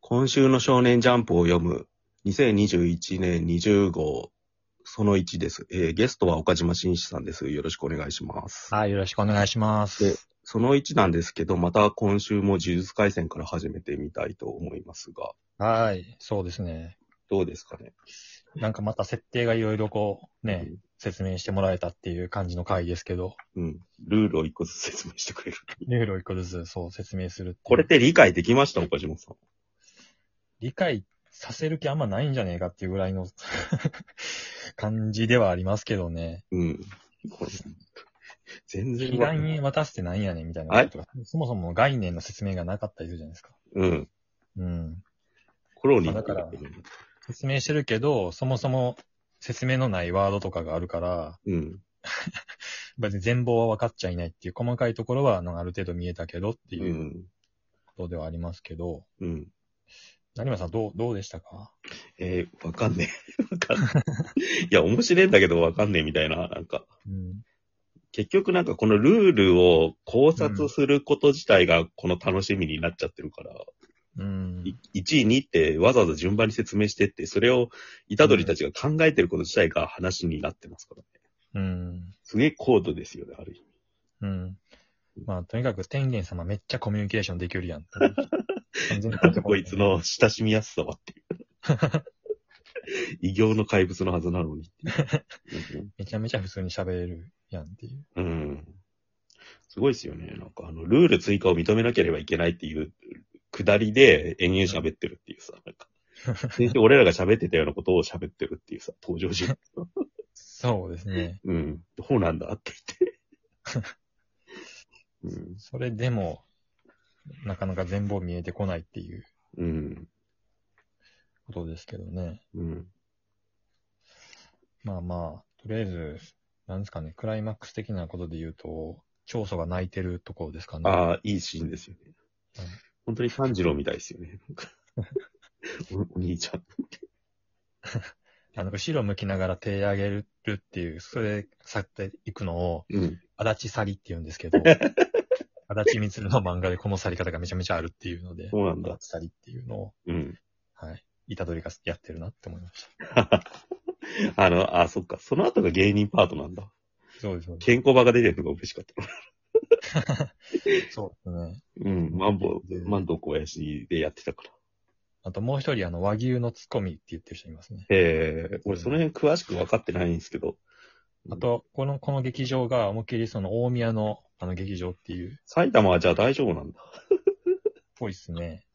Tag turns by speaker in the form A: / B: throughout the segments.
A: 今週の少年ジャンプを読む2021年20号その1です。えーゲストは岡島紳士さんです。よろしくお願いします。
B: はい、よろしくお願いしま。
A: ですその1なんですけど、また今週も呪術回戦から始めてみたいと思いますが、
B: はい、そうですね。
A: どうですかね。
B: なんかまた設定がいろいろこう、ね、説明してもらえたっていう感じの回ですけど、
A: うん。うん。ルールを一個ずつ説明してくれる。
B: ルールを一個ずつそう説明するっていう
A: これって理解できました岡島さん。
B: 理解させる気あんまないんじゃねえかっていうぐらいの 感じではありますけどね。
A: うん。これ全然
B: 意
A: わか
B: 外
A: んない。
B: に渡してないんやねんみたいなことが。そもそも概念の説明がなかったりするじゃないですか。
A: うん。
B: うん。
A: コロニー
B: まあだから説明してるけど、そもそも説明のないワードとかがあるから、
A: うん。
B: 別に全貌は分かっちゃいないっていう細かいところは、あのある程度見えたけどって
A: う。
B: いうんことではありますけど、
A: うん。
B: 成馬さんどう、どうでしたか
A: えー、わかんねえ。 わかんねえ。いや、面白いんだけどわかんねえみたいな、なんか。
B: うん。
A: 結局なんかこのルールを考察すること自体がこの楽しみになっちゃってるから、
B: うん。
A: い1位、2位ってわざわざ順番に説明してって、それをイタドリたちが考えてること自体が話になってますからね。
B: うん。
A: すげえ高度ですよね、ある意味。
B: うん。まあ、とにかく天元様めっちゃコミュニケーションできるやん っていう。完全に
A: なんかこいつ。の親しみやすさはっていう。異形の怪物のはずなのに っていう。
B: めちゃめちゃ普通に喋れるやんっていう。
A: うん。すごいですよね。なんかあの、ルール追加を認めなければいけないっていう、くだりで延々喋ってるっていうさ、なんか。先生、俺らが喋ってたようなことを喋ってるっていうさ、登場人物。
B: そうですね。
A: うん。そうなんだって言って。
B: それでも、なかなか全貌見えてこないっていう
A: うん。うん。
B: ことですけどね。
A: うん。
B: まあまあ、とりあえず、なんですかね、クライマックス的なことで言うと、長祖が泣いてるところですかね。
A: ああ、いいシーンですよね
B: うん。
A: 本当に炭治郎みたいですよね。なんかおお兄ちゃん。
B: あの、後ろ向きながら手上げるっていう、それ、去っていくのを、
A: うん。
B: 足立去りって言うんですけ ど、足立みつるの漫画でこの去り方がめちゃめちゃあるっていうので、
A: そうなん
B: 足
A: だ。
B: 立去りっていうのを、
A: うん。
B: はい、いたどりがやってるなって思いました。
A: あの、あ、そっか。その後が芸人パートなんだ。
B: そうです、そうで
A: 健康場が出てるのが嬉しかった。
B: す。そうですね。
A: うん、マンボウ、マンド小林でやってたから。
B: あともう一人、あの、和牛のツッコミって言ってる人いますね。
A: ええ俺その辺詳しく分かってないんですけど、
B: あと、この、この劇場が思いっきりその大宮の、あの劇場っていう、
A: 埼玉はじゃあ大丈夫なんだ。
B: ぽいっすね。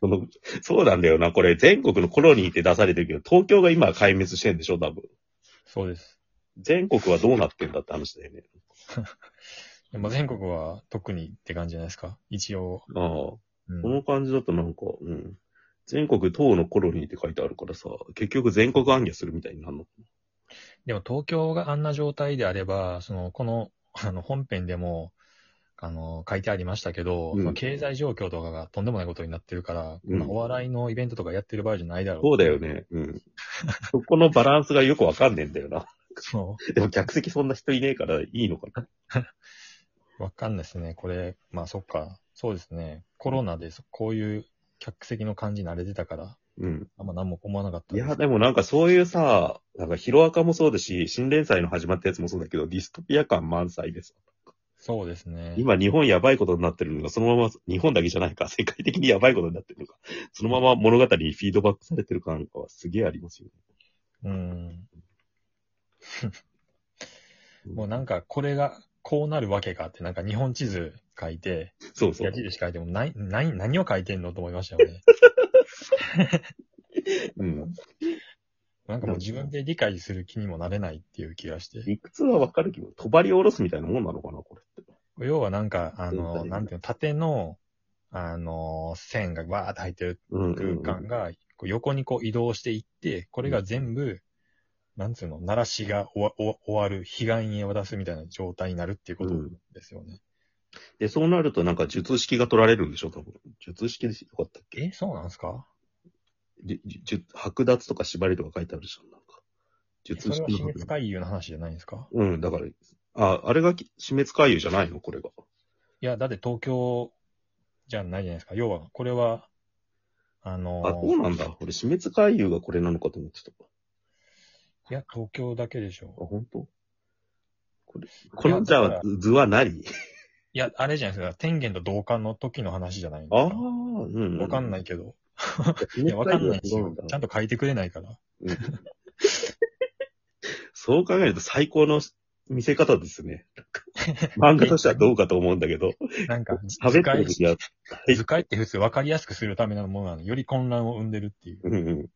A: そのそうなんだよな、これ全国のコロニーって出されてるけど、東京が今壊滅してんでしょ、多分。
B: そうです。
A: 全国はどうなってんだって話だよね。
B: でも全国は特にって感じじゃないですか。一応。
A: ああ、こ
B: うん
A: の感じだとなんか、うん。全国等のコロニーって書いてあるからさ、結局全国暗記するみたいになるの。
B: でも東京があんな状態であれば、その、この、あの、本編でも、あの、書いてありましたけど、
A: うん
B: まあ経済状況とかがとんでもないことになってるから、
A: うん
B: まあお笑いのイベントとかやってる場合じゃないだろう。
A: そうだよね。うん。そこのバランスがよく分かんねえんだよな。
B: そ
A: でも客席そんな人いねえからいいのかな。
B: う。わかんないですね。これ、まあそっか。そうですね。コロナでそこういう客席の感じ慣れてたから、
A: うん。
B: あんま何も思わなかった
A: い
B: んです
A: や、
B: けど
A: でもなんかそういうさ、なんかヒロアカもそうだし、新連載の始まったやつもそうだけど、ディストピア感満載です。
B: そうですね。
A: 今日本やばいことになってるのが、そのまま、日本だけじゃないか、世界的にやばいことになってるのか、そのまま物語にフィードバックされてる感はすげえありますよ
B: うん。
A: ね。
B: もうなんか、これが、こうなるわけかって、なんか日本地図書いて、
A: そうそう
B: 矢。印書いても、な、な、何を書いてんのと思いましたよね。
A: うん。
B: なんかもう自分で理解する気にもなれないっていう気がして。
A: 理屈はわかるけど、とばり下ろすみたいなもんなのかな、これって。
B: 要はなんか、あ
A: 全体
B: の、
A: に
B: なんていうの、縦の、あの、線がバーって入ってる
A: うんうんう
B: 空
A: ん。
B: 間が、こう横にこう移動していって、これが全部、なんつうの、鳴らしが終わ終わ終わる、彼岸へ渡すみたいな状態になるっていうこと
A: うん
B: ですよね。
A: で、そうなるとなんか術式が取られるんでしょ、多分。術式でよかったっけ
B: え、そうなんですか
A: じゅじゅ剥奪とか縛りとか書いてあるでしょ、なんか。
B: そ
A: 術
B: れ
A: 式
B: は
A: の
B: 秘
A: 剥奪
B: 密回遊の話じゃないんですか
A: うん、だから、あ、あれがき死滅回遊じゃないのこれが。
B: いや、だって東京じゃないじゃないですか。要は、これは、あのー
A: あ、そうなんだ。俺、死滅回遊がこれなのかと思ってた。
B: いや、東京だけでし
A: あ、
B: ょ。
A: 本当これ、
B: こ
A: こ
B: れは
A: のじゃあ図は何
B: いや、あれじゃないですか。天元と同感の時の話じゃないんです
A: ああ、
B: か
A: うん、うん。。
B: わかんないいけど。
A: い
B: いや、わかんないです
A: 違う
B: よ
A: んだ。
B: ちゃんと書いてくれないから。
A: うんそう考えると最高の見せ方です ね。漫画としてはどうかと思うんだけど、
B: なんか、
A: 喋
B: 図
A: ってる
B: 解、
A: 時は、はい
B: 図解って普通分かりやすくするためのものなのにより混乱を生んでるっていう。
A: うんうん。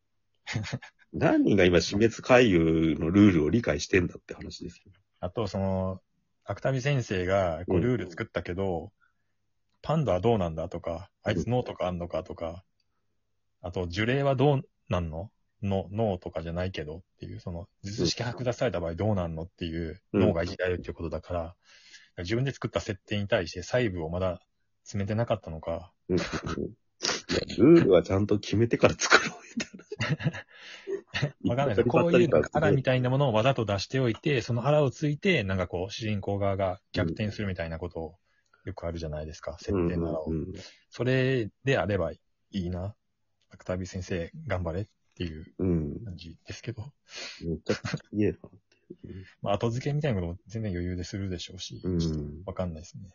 A: 何人が今、死滅回遊のルールを理解してんだって話ですよ。
B: あと、その、芥見先生が
A: う
B: こうんルール作ったけど、パンダはどうなんだとか、あいつ脳とかあんのかとか、あと、呪霊はどうなんのの脳とかじゃないけどっていう、その、術式剥奪された場合どうなんのっていう、
A: うん
B: 脳がいじられるっていうことだから、自分で作った設定に対して細部をまだ詰めてなかったのか、
A: うんうんうんいやルールはちゃんと決めてから作ろうみ
B: わ
A: たいな。
B: かんないですこういうなんか
A: あ
B: アラみたいなものをわざと出しておいて、その腹をついて、なんかこう、主人公側が逆転するみたいなことを、よくあるじゃないですか、設定の腹を
A: う。んうんうん
B: それであればいいな。芥見先生、頑張れっていう
A: うん。
B: 感じですけど。
A: めちゃくちゃ言えな。
B: まあ、後付けみたいなことも全然余裕でするでしょうし、
A: う
B: ちょっと
A: ん。
B: わかんないですね。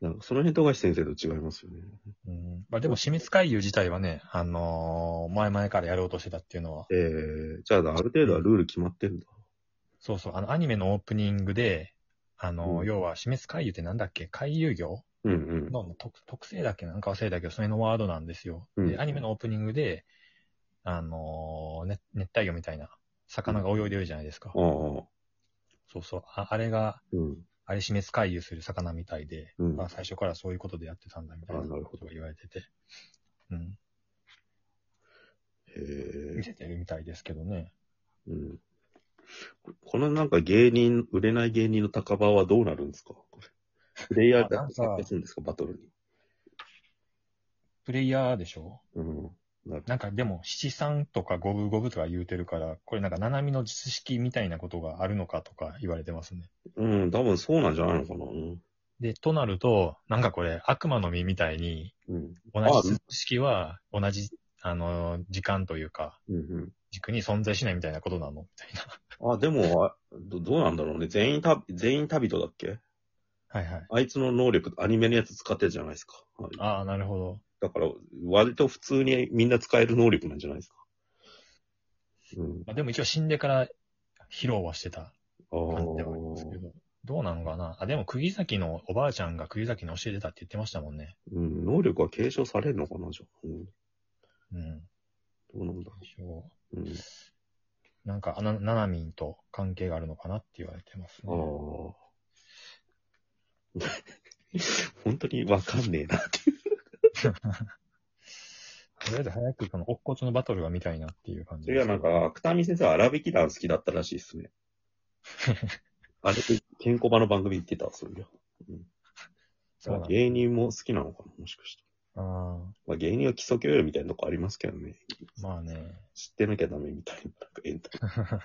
A: なんかその辺、富樫先生と違いますよね。
B: うん。まあ、でも、死滅回遊自体はね、あのー前々からやろうとしてたっていうのは、
A: ええじゃあ、ある程度はルール決まってるんだ。
B: そうそう、あの、アニメのオープニングで、あのー
A: うん
B: 要は、死滅回遊ってなんだっけ回遊業
A: うんうん。
B: の特特性だっけなんか忘れたけど、それのワードなんですよ。
A: うん
B: で、アニメのオープニングで、あのーね、熱帯魚みたいな魚が泳いでるじゃないですか。
A: ああ。
B: そうそう。ああれが、
A: うん。
B: あれ死滅回遊する魚みたいで、
A: うん
B: まあ、最初からそういうことでやってたんだみたいな
A: あなる
B: こ
A: ほ
B: とが言われてて、うん、
A: へえ
B: 見せてるみたいですけどね。
A: うん。このなんか芸人、売れない芸人の高場はどうなるんですかこれプレイヤー
B: あな
A: だ
B: ん
A: け
B: か
A: 参加するんですかバトルに。
B: プレイヤーでしょ
A: うん。なる
B: なんかでも、七三とか五分五分とか言うてるから、これなんか七海の実式みたいなことがあるのかとか言われてますね。
A: うん、多分そうなんじゃないのかな。うん。
B: で、となると、なんかこれ、悪魔の実みたいに、
A: うん。
B: 同
A: あ
B: じ実式は、同じ、あの、時間というか、
A: うんうん
B: 軸に存在しないみたいなことなのみたいな。
A: あ、でも、あどどうなんだろうね。全員た、全員旅人だっけ
B: はいはい。
A: あいつの能力、アニメのやつ使ってるじゃないですか。はい、
B: ああ、なるほど。
A: だから、割と普通にみんな使える能力なんじゃないですか。うん。
B: まあ、でも一応死んでから披露はしてた
A: ああ
B: 感じではありますけど。どうなのかなあ、でも、釘崎のおばあちゃんが釘崎に教えてたって言ってましたもんね。
A: うん。能力は継承されるのかな、じゃあ。うん。
B: うん。
A: どうなんだろう。うん。
B: なんか、あな、ななみんと関係があるのかなって言われてます
A: ああ
B: ね。。
A: 本当にわかんねえな。
B: とりあえず早くこの、乙骨のバトルが見たいなっていう感じ
A: それ
B: で
A: は
B: す。
A: なんか、芥見先生は荒引き団好きだったらしいっすね。 あれって、健康場の番組行ってた、それじゃ。
B: そうなんだ
A: 芸人も好きなのかな、もしかして。
B: あ
A: まあ、芸人は基礎教養みたいなとこありますけどね。
B: ーまあね。
A: 知ってなきゃダメみたいな、なんかエンタメ。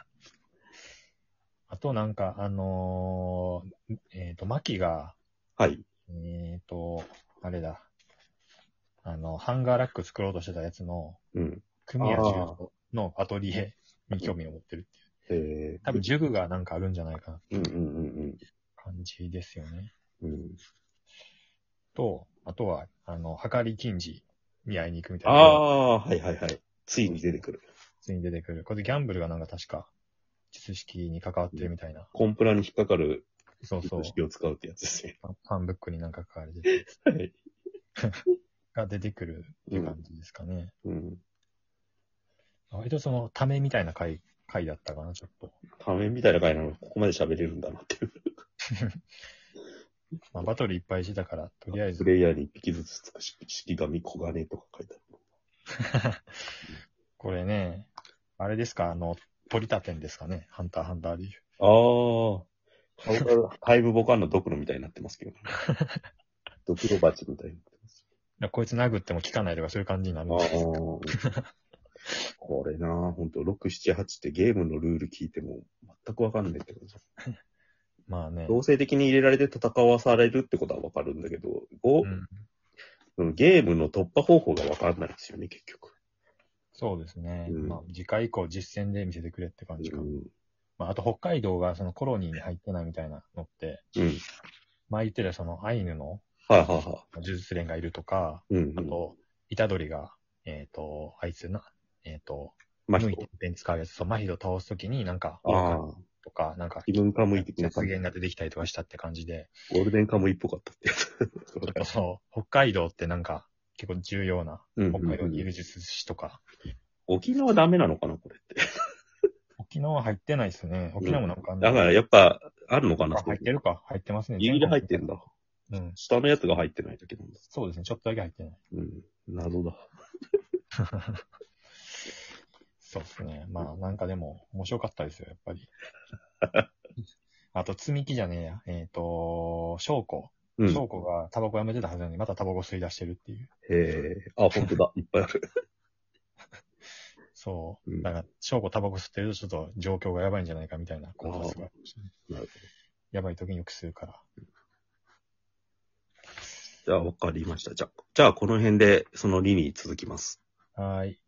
B: あとなんか、あのーえっ、と、マキが、
A: はい。
B: えっ、と、あれだ。あの、ハンガーラック作ろうとしてたやつの、
A: うん。
B: 組合重工のアトリエに興味を持ってるっていう。
A: えー、
B: 多分、塾がなんかあるんじゃないかなって
A: うんうんうん
B: 感じですよね。
A: うん。うん、
B: と、あとは、あの、はかり金次に会いに行くみた
A: あ
B: いな。あ。
A: あー、はいはいはい。ついに出てくる。
B: 普通に出てくる。これでギャンブルがなんか確か、術式に関わってるみたいな。
A: コンプラに引っかかる
B: そうそう。
A: 式を使うってやつですね。
B: ファンブックになんか書かれてて、
A: はい。
B: が出てくるっていう感じですかね。
A: うん。
B: 割とその、ためみたいな回、回だったかな、ちょっと。
A: 仮面みたいな回なのにここまで喋れるんだなっていう。
B: まあ、バトルいっぱいしてたから、とりあえず
A: プ、レイヤーに一匹ずつつくし、式紙、小金とか書いてある。
B: これね、あれですか、あの、ポリタテンですかね、ハンターハンターでいう。
A: ああ。顔がタイムボカンのドクロみたいになってますけど、 ね、ドクロバチみたいになってます。
B: いやこいつ殴っても効かないとかそういう感じになるん
A: あ
B: です
A: あ。これなぁ、ほんと、6、7、8ってゲームのルール聞いても全くわかんないってこと
B: まあね。
A: 同性的に入れられて戦わされるってことはわかるんだけど、5、
B: うん
A: うんゲームの突破方法がわかんないですよね、結局。
B: そうですね。
A: うん
B: まあ、次回以降実践で見せてくれって感じか。
A: うん。
B: まあ、あと北海道がそのコロニーに入ってないみたいなのって、
A: うん。
B: 前言ってたそのアイヌの
A: はいはいは
B: 呪術連がいるとか、
A: い。うん、う
B: あ
A: ん。
B: と、イタドリが、えっ、と、あいつな、えっ、と、
A: まあ、
B: 抜いてペン使うやつ、そう、マヒド倒すときになんか、
A: ああ、
B: とか、なんか、
A: 自分カムイ的な
B: 発
A: 感じ。
B: 言が出てきたりとかしたって感じで、
A: ゴールデンカムイっぽかったってやつ。
B: ちょっとそう、北海道ってなんか、結構重要な、
A: うんうんう
B: 北
A: ん
B: 海道にいる術師とか、
A: 沖縄ダメなのかな、これって。
B: 沖縄入ってないですね。沖縄もなんかあんの
A: だからやっぱ、あるのかな、
B: あ入ってるか、入ってますね。
A: ギリギリ入ってんだ。
B: うん。
A: 下のやつが入ってないだけなんだ。
B: そうですね、ちょっとだけ入ってない。
A: うん。謎だ。
B: そうですね。まあ、なんかでも、面白かったですよ、やっ ぱり。あと、積み木じゃねえや。えっ、と、翔子。
A: うん。
B: 翔子がタバコやめてたはずなのに、またタバコ吸い出してるっていう。
A: へえ。あ、本当だ。いっぱいある。
B: そうう。
A: ん
B: だから、翔子タバコ吸ってると、ちょっと状況がやばいんじゃないかみたいな考察が。
A: なる
B: やばい時によく吸うから。
A: じゃあ、わかりました。じゃあ、じゃあ、この辺で、その理に続きます。
B: はーい。